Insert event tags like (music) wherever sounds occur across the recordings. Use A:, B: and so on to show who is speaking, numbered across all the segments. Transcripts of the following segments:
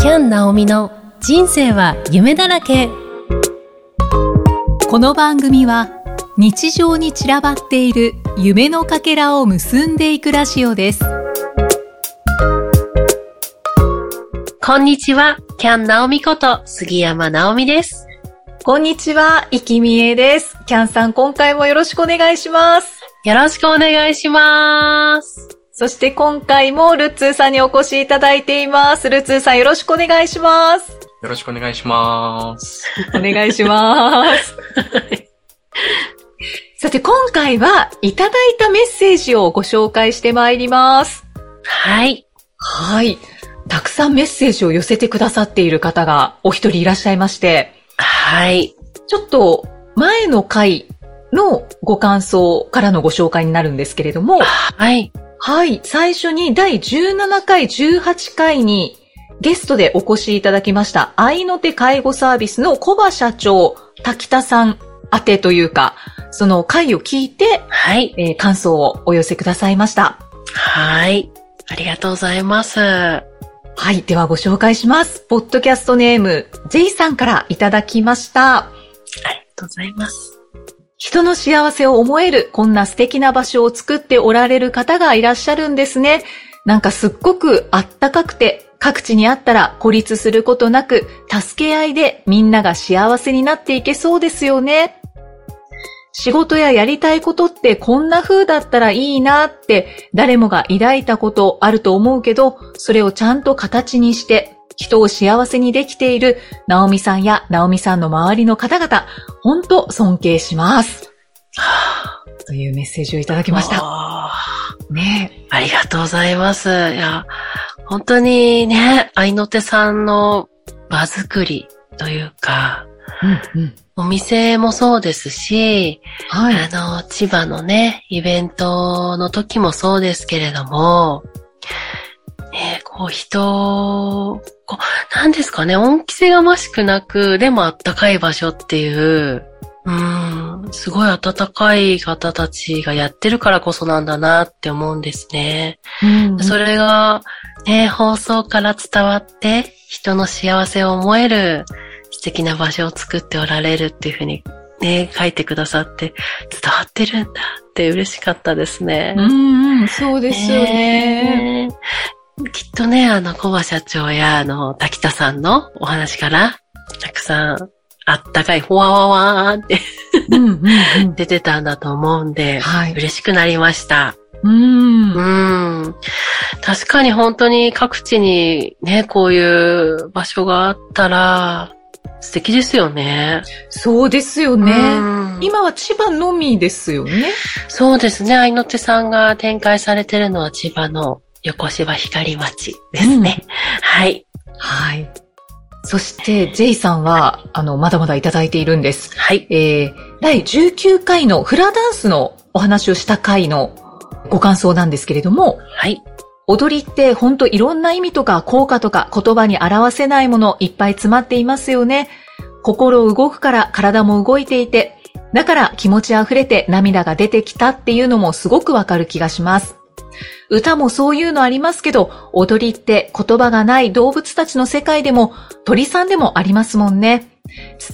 A: キャン・ナオミの人生は夢だらけ
B: この番組は日常に散らばっている夢のかけらを結んでいくラジオです
A: こんにちはキャン・ナオミこと杉山ナオミです
C: こんにちは、いきみえです。キャンさん、今回もよろしくお願いします。
A: よろしくお願いします
C: そして今回もルッツーさんにお越しいただいています。ルッツーさん、よろしくお願いします。
D: よろしくお願いします。
C: お願いします。 (laughs) さて、今回はいただいたメッセージをご紹介してまいります。
A: はい
C: はい。たくさんメッセージを寄せてくださっている方がお一人いらっしゃいまして、
A: はい
C: ちょっと前の回のご感想からのご紹介になるんですけれども、
A: はい
C: はい。最初に第17回、18回にゲストでお越しいただきました、愛の手介護サービスの小葉社長、滝田さん宛てというか、その回を聞いて、
A: はい
C: えー感想をお寄せくださいました。
A: はいありがとうございますは
C: はい。ではご紹介します。ポッドキャストネーム、ジェイさんからいただきました。
A: いありがとうございます
C: 人の幸せを思える、こんな素敵な場所を作っておられる方がいらっしゃるんですね。なんかすっごくあったかくて、各地にあったら孤立することなく、助け合いでみんなが幸せになっていけそうですよね。仕事ややりたいことってこんな風だったらいいなって誰もが抱いたことあると思うけど、それをちゃんと形にして人を幸せにできているナオミさんやナオミさんの周りの方々、本当尊敬します。というメッセージをいただき
A: 来
C: ました。
A: た
C: ねえ
A: ありがとうございます。いや、本当にね、愛の手さんの場作りというか、
C: うんうん。
A: お店もそうですし、
C: はい。
A: あの、千葉のね、イベントの時もそうですけれども、ね、こう人、こう、なんですかね、恩着せがましくなく、でもあったかい場所っていう、うん、すごい温かい方たちがやってるからこそなんだなって思うんですね。
C: うんうん
A: それが、ね、放送から伝わって、人の幸せを思える素敵な場所を作っておられるっていうふうに、ね、書いてくださって、伝わってるんだって嬉しかったですね。
C: うんうん、そうですよね。
A: ねえきっとね、あの、コバ社長や、あの、滝田さんのお話から、たくさん、あったかい、ほわわわーって
C: うんうんうん
A: 出てたんだと思うんで、
C: はい。
A: 嬉しくなりました。
C: うん
A: う。ん。確かに本当に各地にね、こういう場所があったら、素敵ですよね。
C: そうですよね。
A: うん
C: 今は千葉のみですよね。
A: そうですね。愛の手さんが展開されてるのは千葉の横芝光町ですね。はい。
C: はい。そして、ジェイさんは、あの、まだまだいただいているんです。
A: はい。
C: えー、第19回のフラダンスのお話をした回のご感想なんですけれども、
A: はい。
C: 踊りってほんといろんな意味とか効果とか言葉に表せないものいっぱい詰まっていますよね。心動くから体も動いていて、だから気持ち溢れて涙が出てきたっていうのもすごくわかる気がします。歌もそういうのありますけど、踊りって言葉がない動物たちの世界でも鳥さんでもありますもんね。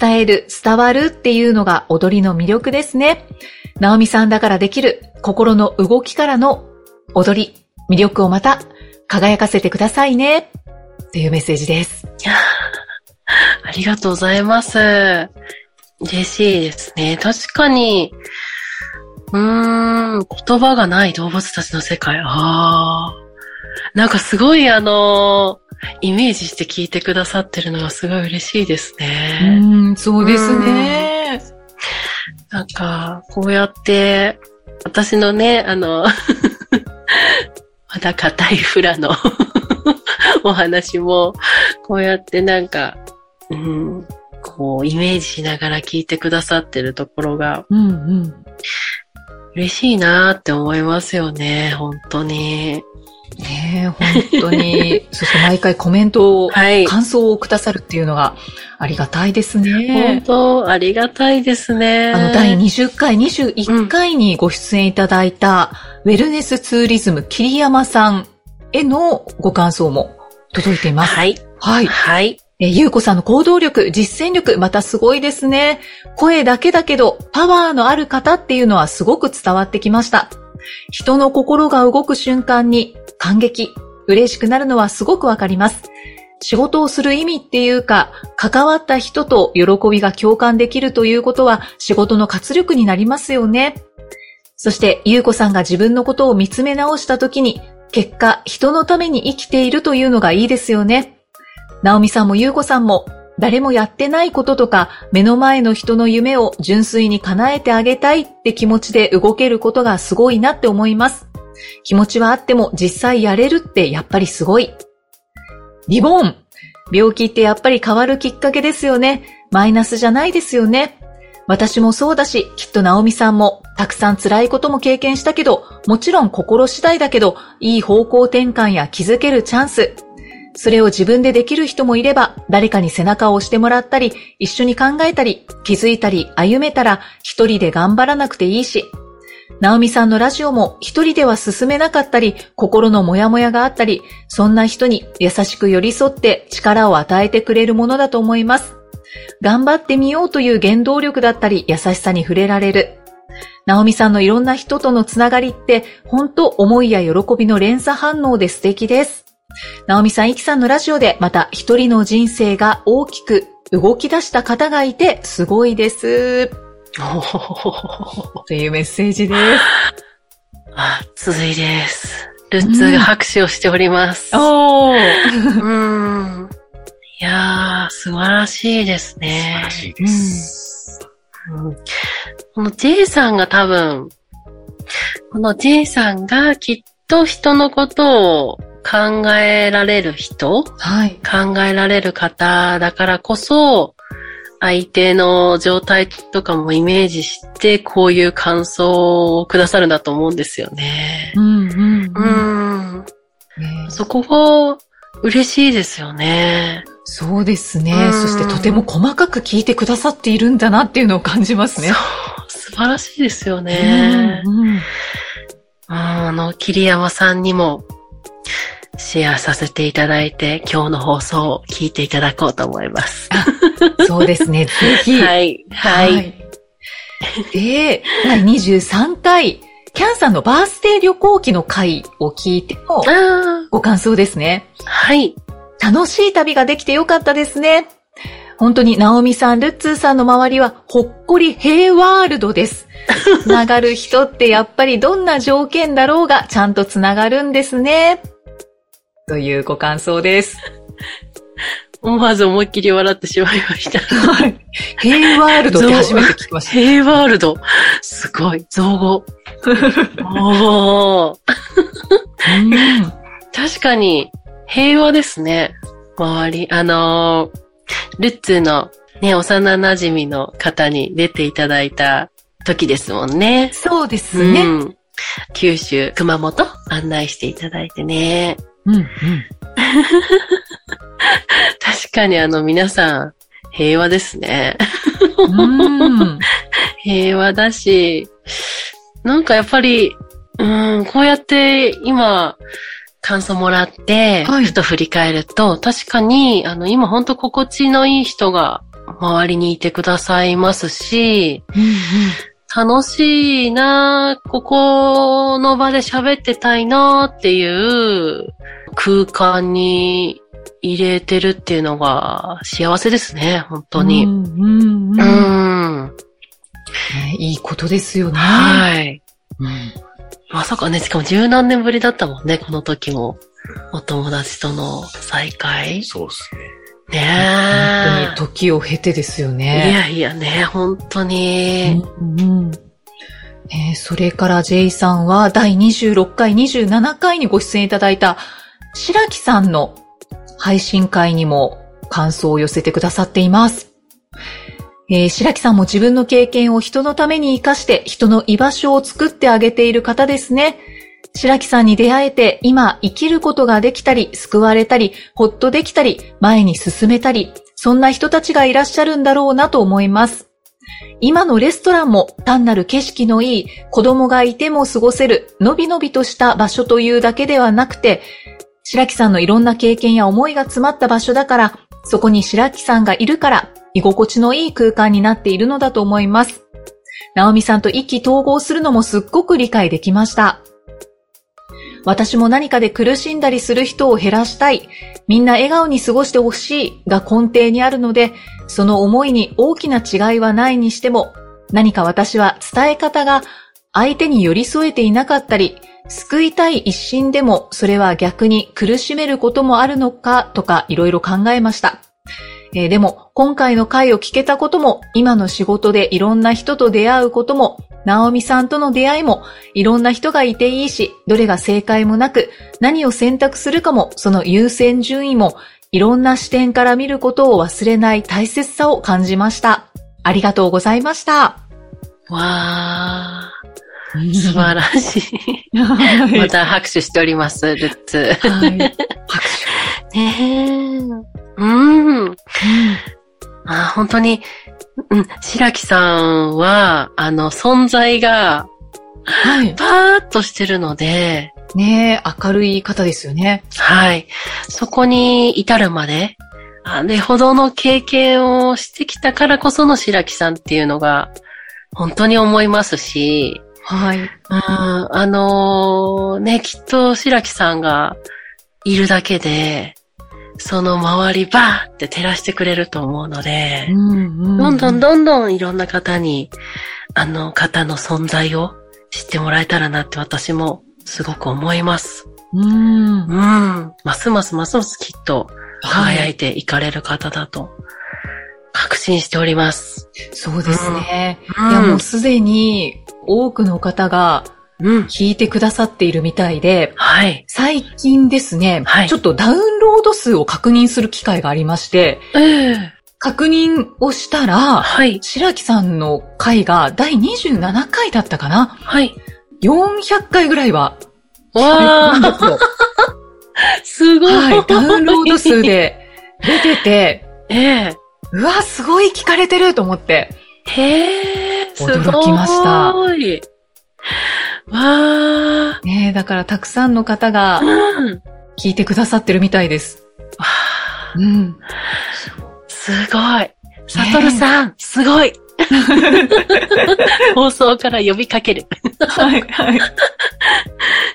C: 伝える、伝わるっていうのが踊りの魅力ですね。ナオミさんだからできる心の動きからの踊り、魅力をまた輝かせてくださいね。というメッセージです。
A: ありがとうございます。嬉しいですね。確かに、うーん、言葉がない動物たちの世界。ああ。なんかすごいあのーイメージして聞いてくださってるのがすごい嬉しいですね。
C: ん、そう
A: ですね。なんか、こうやって、私のね、あの、 (laughs) まだ硬いフラの (laughs) お話も、こうやってなんか、うん、こうイメージしながら聞いてくださってるところが
C: うんうん。
A: 嬉しいなーって思いますよね、本当に。
C: ねえ、本当に。 (laughs) そして毎回コメントを、
A: はい。
C: 感想をくださるっていうのがありがたいです
A: 本
C: ね。
A: 当、ありがたいですね。
C: あの、第20回、21回にご出演いただいた、ウェルネスツーリズム桐山さんへのご感想も届いています。
A: はい。
C: はい。
A: はい。
C: えーゆうこさんの行動力、実践力、またすごいですね。声だけだけど、パワーのある方っていうのはすごく伝わってきました。人の心が動く瞬間に感激、嬉しくなるのはすごくわかります。仕事をする意味っていうか、関わった人と喜びが共感できるということは仕事の活力になりますよね。そして、ゆうこさんが自分のことを見つめ直した時に、結果、人のために生きているというのがいいですよね。ナオミさんもゆうこさんも、誰もやってないこととか、目の前の人の夢を純粋に叶えてあげたいって気持ちで動けることがすごいなって思います。気持ちはあっても実際やれるってやっぱりすごい。リボン病気ってやっぱり変わるきっかけですよね。マイナスじゃないですよね。私もそうだし、きっとナオミさんも、たくさん辛いことも経験したけど、もちろん心次第だけど、いい方向転換や気づけるチャンス。それを自分でできる人もいれば、誰かに背中を押してもらったり、一緒に考えたり、気づいたり、歩めたら、一人で頑張らなくていいし。ナオミさんのラジオも一人では進めなかったり、心のモヤモヤがあったり、そんな人に優しく寄り添って力を与えてくれるものだと思います。頑張ってみようという原動力だったり、優しさに触れられる。ナオミさんのいろんな人とのつながりって、本当思いや喜びの連鎖反応で素敵です。ナオミさん、イキさんのラジオでまた一人の人生が大きく動き出した方がいてすごいです。というメッセージです。
A: あ、続いです。ルッツーが拍手をしております。う
C: おー。
A: ーん。いやー、素晴らしいですね。
D: 晴らしいです。
A: うんこの J さんが多分、この J さんがきっと人のことを考えられる人、
C: はい。
A: 考えられる方だからこそ、相手の状態とかもイメージして、こういう感想をくださるんだと思うんですよね。
C: うん
A: う
C: うんうん。
A: ん。
C: ね
A: そこが嬉しいですよね。
C: そうです
A: う
C: ね。
A: ん
C: そしてとても細かく聞いてくださっているんだなっていうのを感じますね。
A: 素晴らしいですよね。
C: うんうん
A: うんあの、桐山さんにもシェアさせていただいて、今日の放送を聞いていただこうと思います。
C: そうです (laughs) ね。ぜひ。
A: はい、はい、
C: で、第23回、キャンさんのバースデー旅行記の回を聞いての
A: あ
C: ご感想ですね。
A: ーはい、
C: 楽しい旅ができてよかったですね。本当に、ナオミさん、ルッツーさんの周りは、ほっこり平ワールド (laughs) です。つながる人ってやっぱりどんな条件だろうが、ちゃんとつながるんですね。というご感想です。
A: 思わず思いっきり笑ってしまいま (laughs) した。
C: 平ワールドって初めて聞きまし
A: ヘイワールド、すごい、造 (laughs) 語。おー
C: た。うん
A: 確かに、平和ですね。周り、あのールッツーのね、幼馴染みの方に出ていただいた時ですもんね。
C: そうですね。
A: うん九州、熊本案内していただいてね。
C: うんうん
A: 確かにあの皆さん、平和ですね。
C: うん
A: 平和だし、なんかやっぱり、うん、こうやって今、感想もらって、
C: はい
A: ふと振り返ると、確かに、あの、今本当心地のいい人が周りにいてくださいますし、楽しいなあここの場で喋ってたいなあっていう空間に入れてるっていうのが幸せですね、本当
C: う
A: に。
C: んうんうん
A: う
C: ね
A: ん。
C: いいことですよね。
A: はい。
D: うん
A: まさかね、しかも十何年ぶりだったもんね、この時も。お友達との再会。
D: そうですね。
A: ね
C: 本当
A: え
C: に。時を経てですよ
A: い
C: ね。
A: やいやね、本当
C: う
A: に。
C: んうんえーそれから J さんは第26回、27回にご出演いただいた白木さんの配信会にも感想を寄せてくださっています。えー白木さんも自分の経験を人のために活かして人の居場所を作ってあげている方ですね。白木さんに出会えて今生きることができたり救われたりほっとできたり前に進めたりそんな人たちがいらっしゃるんだろうなと思います。今のレストランも単なる景色のいい子供がいても過ごせるのびのびとした場所というだけではなくて白木さんのいろんな経験や思いが詰まった場所だから、そこに白木さんがいるから、居心地のいい空間になっているのだと思います。直美さんと意気統合するのもすっごく理解できました。私も何かで苦しんだりする人を減らしたい。みんな笑顔に過ごしてほしいが根底にあるので、その思いに大きな違いはないにしても、何か私は伝え方が相手に寄り添えていなかったり、救いたい一心でも、それは逆に苦しめることもあるのかとかいろいろ考えました。えーでも、今回の回を聞けたことも、今の仕事でいろんな人と出会うことも、ナオミさんとの出会いも、いろんな人がいていいし、どれが正解もなく、何を選択するかも、その優先順位も、いろんな視点から見ることを忘れない大切さを感じました。ありがとうございました。
A: わー、素晴らし
C: (laughs)
A: い。また拍手しております、ルッツ。
C: はい
A: ねえ。うん。あ本当に、うん、白木さんは、あの、存在が、
C: はい。
A: パーッとしてるので、
C: ねえ、明るい方ですよね。
A: はい。そこに至るまで、あれほどの経験をしてきたからこその白木さんっていうのが、本当に思いますし、
C: はい。
A: うん、あのーね、きっと白木さんがいるだけで、その周りバーって照らしてくれると思うので、ど
C: ど
A: んどんどんどんいろんな方に、あの方の存在を知ってもらえたらなって私もすごく思います。
C: う
A: う
C: ん
A: ん。ますますますますきっと輝いていかれる方だと確信しております。
C: そうですね。
A: うん
C: いや、もうすでに多くの方が
A: うん。
C: 聞いてくださっているみたいで、
A: はい。
C: 最近ですね、
A: はい
C: ちょっとダウンロード数を確認する機会がありまして、
A: ええ
C: 確認をしたら、
A: はい。
C: 白木さんの回が第27回だったかな
A: はい。
C: ?400 回ぐらいは
A: わ
C: 聞いて
A: あ、
C: るんですよ。
A: すごい。
C: はい、ダウンロード数。で出てて、
A: (laughs) ええ
C: うわ、すごい聞かれてると思って。
A: へえ、すごい。
C: 驚きました
A: わあ、
C: ねえ、だからたくさんの方が
A: うん。わ
C: 聞いてくださってるみたいです。
A: あ。
C: うん。
A: すごい。サトルさん、すごい。 (laughs) 放送から呼びかける。
C: はい、はい。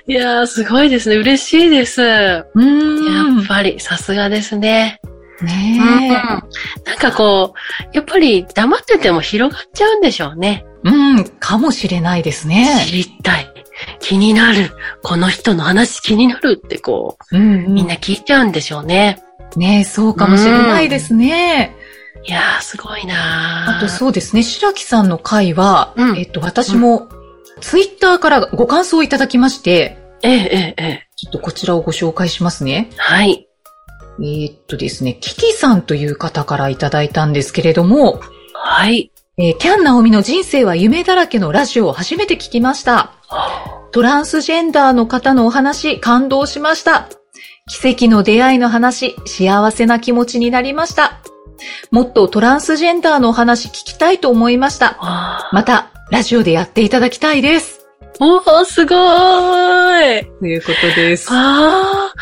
A: いやー、すごいですね。嬉しいです。や
C: う
A: っ
C: ん。
A: ぱり、さすがですね。
C: ね
A: うんなんかこう、やっぱり黙ってても広がっちゃうんでしょうね。
C: え。うん、かもしれないですね。
A: 知りたい。気になる。この人の話気になるってこう、
C: うん、うん
A: みんな聞いちゃうんでしょうね。
C: ねえ、そうかもしれないですね。
A: いやー、すごいなー
C: あとそうですね、白木さんの回は、
A: うん
C: えっと、私も、ツイッターからご感想をいただきまして、
A: ええええええ。
C: ちょっとこちらをご紹介しますね。
A: はい。
C: えーっとですね、キキさんという方からいただいたんですけれども、
A: はい。
C: えーキャンナオミの人生は夢だらけのラジオを初めて聞きました。トランスジェンダーの方のお話、感動しました。奇跡の出会いの話、幸せな気持ちになりました。もっとトランスジェンダーのお話聞きたいと思いました。
A: わ
C: また、ラジオでやっていただきたいです。
A: ーおー、すごーい。
C: ということです
A: あ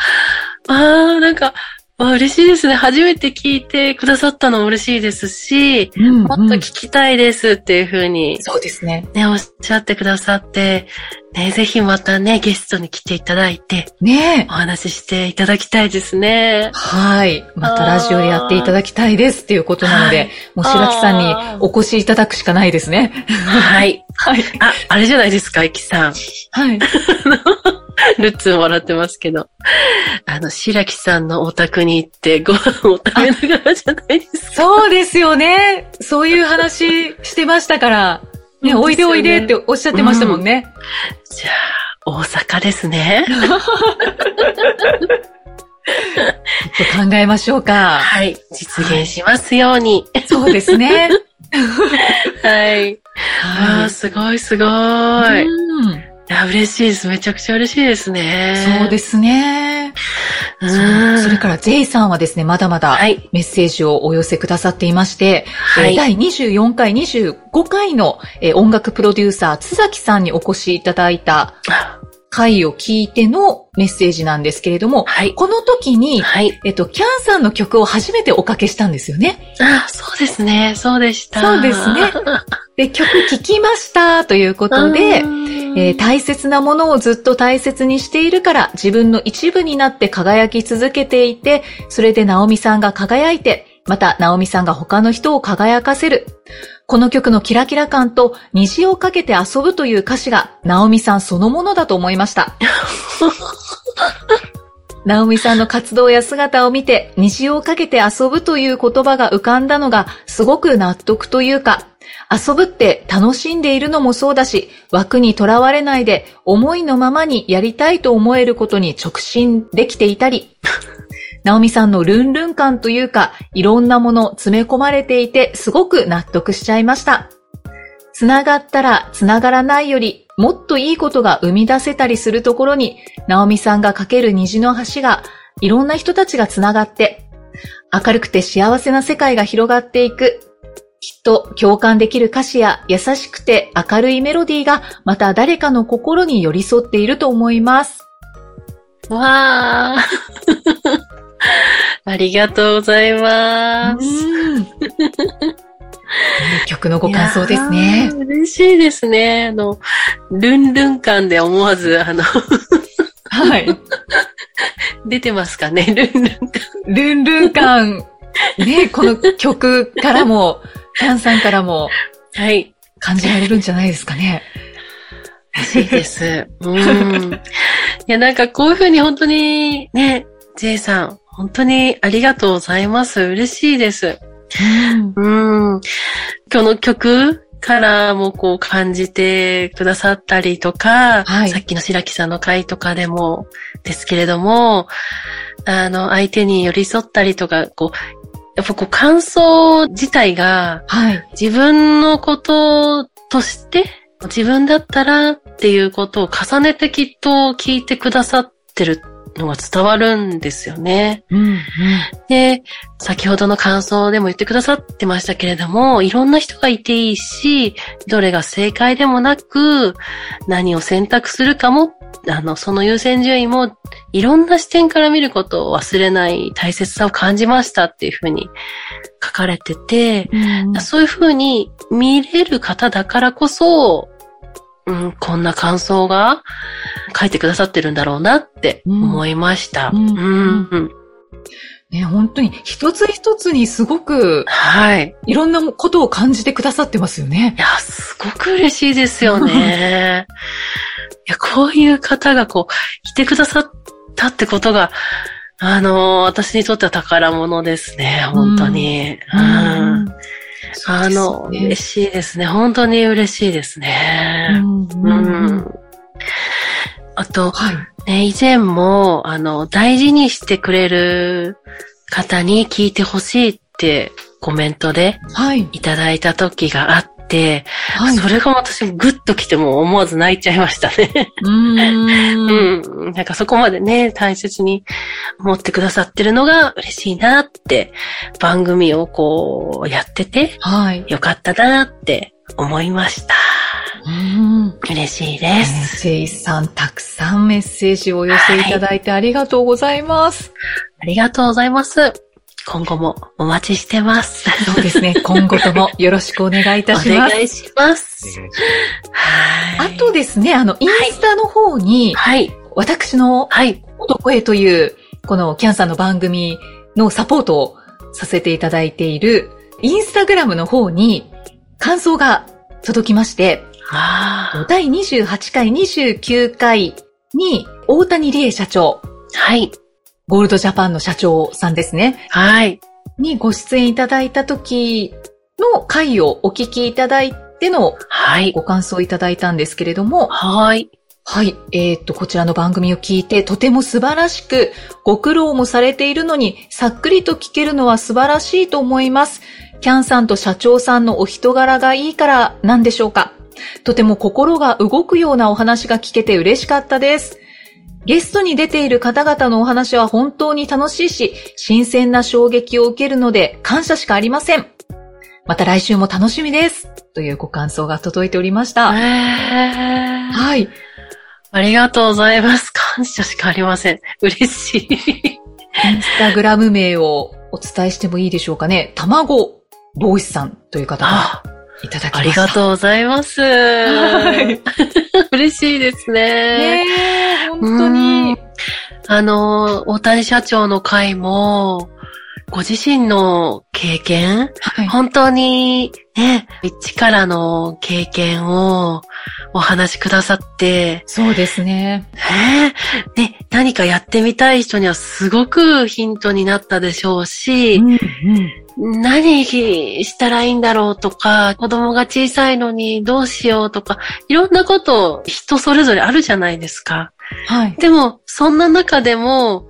A: あ、ああ、なんか、わあ嬉しいですね。初めて聞いてくださったのも嬉しいですし、
C: うん
A: もっと聞きたいですっていうふうに
C: そうですね。
A: ね、おっしゃってくださって、ね、ぜひまたね、ゲストに来ていただいて、
C: ね
A: お話ししていただきたいですね
C: (laughs) え。。はい。またラジオでやっていただきたいですっていうことなので、
A: はい
C: もう白木さんにお越しいただくしかないですね。
A: はい。
C: はい。
A: あ、あれじゃないですか、いきさん。
C: はい。
A: ルッツン笑ってますけど。あの、白木さんのお宅に行ってご飯を食べながらじゃないですか。
C: そうですよね。そういう話してましたから。ね、
A: うん
C: おいでおいでっ
A: です
C: ておっしゃってましたもんね。
A: じゃあ、大阪ですね。
C: ちょっと考えましょうか。
A: はい。実現しますように。
C: そうです (laughs) ね。
A: はい。あ (laughs)
C: は
A: あ、
C: い。
A: すごいすごい。い
C: うん
A: や、嬉しいです。めちゃくちゃ嬉しいですね。
C: そうですね。
A: うん。
C: そうそれから、ジェイさんはですね、まだまだ
A: はい。
C: メッセージをお寄せくださっていまして、
A: は
C: えー
A: い。
C: 第24回、25回のえー音楽プロデューサー、津崎さんにお越しいただいた回を聞いてのメッセージなんですけれども、
A: はい。
C: この時に、
A: はい。
C: えっと、キャンさんの曲を初めておかけしたんですよね。
A: あ、そうですね。そうでした。
C: そうですね。で、曲聴きましたということで、えー大切なものをずっと大切にしているから自分の一部になって輝き続けていて、それでナオミさんが輝いて、またナオミさんが他の人を輝かせる。この曲のキラキラ感と虹をかけて遊ぶという歌詞がナオミさんそのものだと思いました。ナオミさんの活動や姿を見て虹をかけて遊ぶという言葉が浮かんだのがすごく納得というか、遊ぶって楽しんでいるのもそうだし、枠にとらわれないで、思いのままにやりたいと思えることに直進できていたり、 (laughs) ナオミさんのルンルン感というか、いろんなもの詰め込まれていて、すごく納得しちゃいました。つながったらつながらないより、もっといいことが生み出せたりするところに、ナオミさんがかける虹の橋が、いろんな人たちがつながって、明るくて幸せな世界が広がっていく、きっと共感できる歌詞や優しくて明るいメロディーがまた誰かの心に寄り添っていると思います。
A: わー。 (laughs) ありがとうございます。
C: いい曲のご感想ですね
A: いや。ー。嬉しいですね。あの、ルンルン感で思わず、あの、 (laughs)
C: はい。
A: 出てますかね、 (laughs) ルンルン感。
C: ルンルン感。ね、この曲からも、キャンさんからも
A: はい。
C: 感じられるんじゃないですかね。
A: 嬉しいです。うん。いや、なんかこういうふうに本当に、ね、J さん、本当にありがとうございます。嬉しいです。うん。今日の曲からもこう感じてくださったりとか、
C: はい
A: さっきの白木さんの回とかでもですけれども、あの、相手に寄り添ったりとか、こう、やっぱこう感想自体が
C: はい。
A: 自分のこととして、自分だったらっていうことを重ねてきっと聞いてくださってるのが伝わるんですよね。
C: うん、うん。
A: で、先ほどの感想でも言ってくださってましたけれども、いろんな人がいていいし、どれが正解でもなく、何を選択するかも、あの、その優先順位も、いろんな視点から見ることを忘れない大切さを感じましたっていうふうに書かれてて、そういうふうに見れる方だからこそ、うん、こんな感想が書いてくださってるんだろうなって思いました。
C: う
A: うんん。
C: うん
A: うん
C: ね、本当に一つ一つにすごく
A: はい。
C: いろんなことを感じてくださってますよね
A: い。や、すごく嬉しいですよ (laughs) ね。いや、こういう方がこう、来てくださったってことが、あのー私にとっては宝物ですね、本当に。うん。あの、
C: そうで
A: 嬉
C: す
A: しいですね。本当に嬉しいですね。
C: ねうん
A: う
C: うんうん
A: んあと、
C: はい。
A: ね、以前も、あの、大事にしてくれる方に聞いてほしいってコメントで
C: はい。
A: いただいた時があって、
C: はい。
A: それが私グッと来てもう思わず泣いちゃいましたね。
C: うー。
A: うんん。なんかそこまでね、大切に思ってくださってるのが嬉しいなって、番組をこう、やってて、
C: はい。
A: よかったなって思いました。
C: うん。
A: 嬉しいです。
C: ジェイさん、たくさんメッセージをお寄せいただいてありがとうございます。
A: ありがとうございます。今後もお待ちしてます。
C: そうですね。今後ともよろしくお願いいたし
A: お
C: ます。
A: 願いします。
D: 願いし
A: は
C: あ
A: い。
C: とですね、あの、インスタの方に、
A: はい。
C: 私の
A: はい。
C: 男へという、このキャンさんの番組のサポートをさせていただいている、インスタグラムの方に感想が届きまして、
A: あ
C: 第28回、29回に大谷理恵社長、
A: ーはい。
C: ゴールドジャパンの社長さんですね、
A: はい。
C: にご出演いただいた時の回をお聞きいただいての
A: はい。
C: ご感想いただいたんですけれども、
A: はい。
C: はい。えーっと、こちらの番組を聞いて、とても素晴らしく、ご苦労もされているのに、さっくりと聞けるのは素晴らしいと思います。キャンさんと社長さんのお人柄がいいからなんでしょうか。とても心が動くようなお話が聞けて嬉しかったです。ゲストに出ている方々のお話は本当に楽しいし、新鮮な衝撃を受けるので、感謝しかありません。また来週も楽しみです。というご感想が届いておりました。
A: えー
C: はい。
A: ありがとうございます。 (laughs) 感謝しかありません。嬉し
C: (laughs)
A: い。
C: インスタグラム名をお伝えしてもいいでしょうかね。卵帽子さんという方が
A: あ、
C: いただきました。
A: ありがとうございます。
C: はい
A: 嬉しいですね。
C: ねえ本当に。
A: あの、大谷社長の会も、ご自身の経験、
C: はい。
A: 本当にね、一からの経験をお話しくださって、
C: そうですね。
A: ねえね、何かやってみたい人にはすごくヒントになったでしょうし、何したらいいんだろうとか、子供が小さいのにどうしようとか、いろんなこと人それぞれあるじゃないですか。
C: はい。
A: でも、そんな中でも、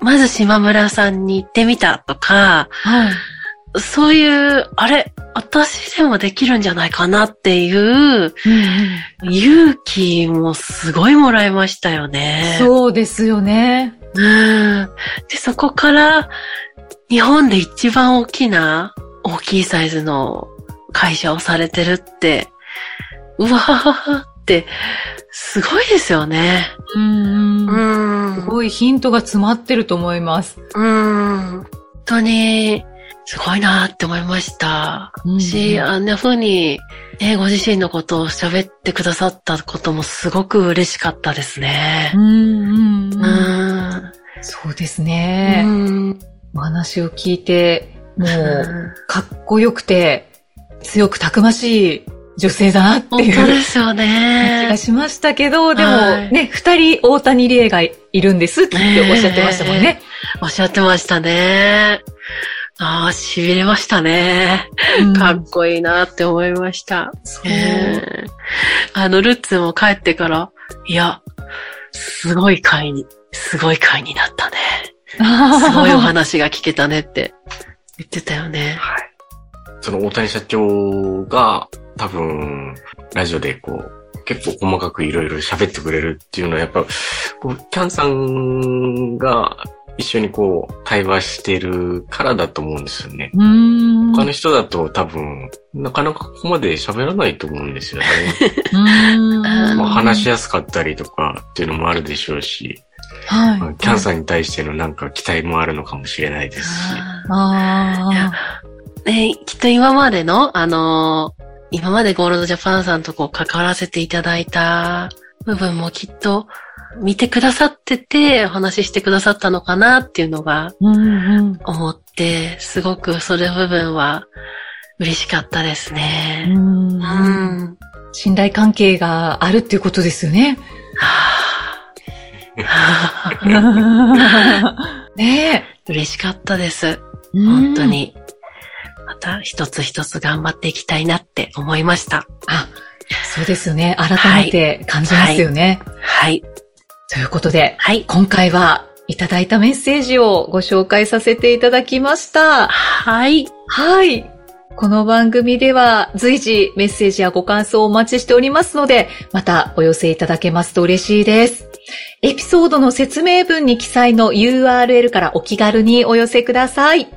A: まず島村さんに行ってみたとか、
C: はい。
A: そういう、あれ、私でもできるんじゃないかなっていう勇気もすごいもらいましたよね。
C: そうですよね。
A: うん。で、そこから、日本で一番大きな、大きいサイズの会社をされてるって、うわーって、すごいですよね。
C: うん
A: う
C: うん
A: ん。
C: すごいヒントが詰まってると思います。
A: うん。本当に、すごいなって思いました。し、あんな風に、ね、ご自身のことを喋ってくださったこともすごく嬉しかったですね
C: う。んうん
A: う
C: うん
A: ん。
C: そうです
A: う
C: ね。
A: ん。
C: お話を聞いて、もう、かっこよくて、強くたくましい女性だなって
A: 本
C: い
A: 当で
C: う。
A: すよ
C: (laughs) 感じが
A: ね。
C: しましたけど、でも
A: はい
C: ね、二人大谷理恵がいるんですっておっしゃってましたもんね。
A: おっしゃってましたね。ああ、痺れましたね。
C: うん
A: かっこいいなって思いました。
C: そう
A: えーあの、ルッツも帰ってから、いや、すごい会に、すごい会にな
C: (laughs)
A: ったね。すごいお話が聞けたねって言ってたよ
C: (laughs)
A: ね。
D: はい。その大谷社長が多分、ラジオでこう、結構細かくいろいろ喋ってくれるっていうのはやっぱ、こう、キャンさんが一緒にこう、対話してるからだと思うんですよね。
C: うん。
D: 他の人だと多分、なかなかここまで喋らないと思うんですよね。
C: うん
D: まあ話しやすかったりとかっていうのもあるでしょうし、
C: はい
D: まあキャンさんに対してのなんか期待もあるのかもしれないですし。
A: いや
C: あ
A: ねきっと今までの、あのー今までゴールドジャパンさんとこう関わらせていただいた部分もきっと見てくださってて、お話ししてくださったのかなっていうのが
C: あ。うん
A: 思って、すごくそれ部分は嬉しかったです
C: う
A: ね。
C: ん。
A: う
C: う。
A: んん。
C: 信頼関係があるっていうことですよね。
A: はぁはぁ
C: (laughs) ね
A: 嬉しかったです。
C: え。うん
A: 本当。に。また一つ一つ頑張っていきたいなって思いました。
C: あ、そうですよね。改めて感じますよね。
A: はい。
C: ということで、
A: はい。
C: 今回はいただいたメッセージをご紹介させていただきました。
A: はい。
C: はい。この番組では随時メッセージやご感想をお待ちしておりますので、またお寄せいただけますと嬉しいです。エピソードの説明文に記載の URL からお気軽にお寄せください。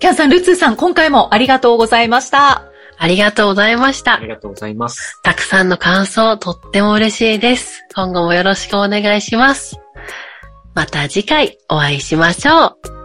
C: キャンさん、ルッツーさん、今回もありがとうございました。
A: ありがとうございまし
D: あ
A: た
D: り。がとうございます。
A: たくさんの感想、とっても嬉しいです。今後もよろしくお願いします。また次回お会いしましょう。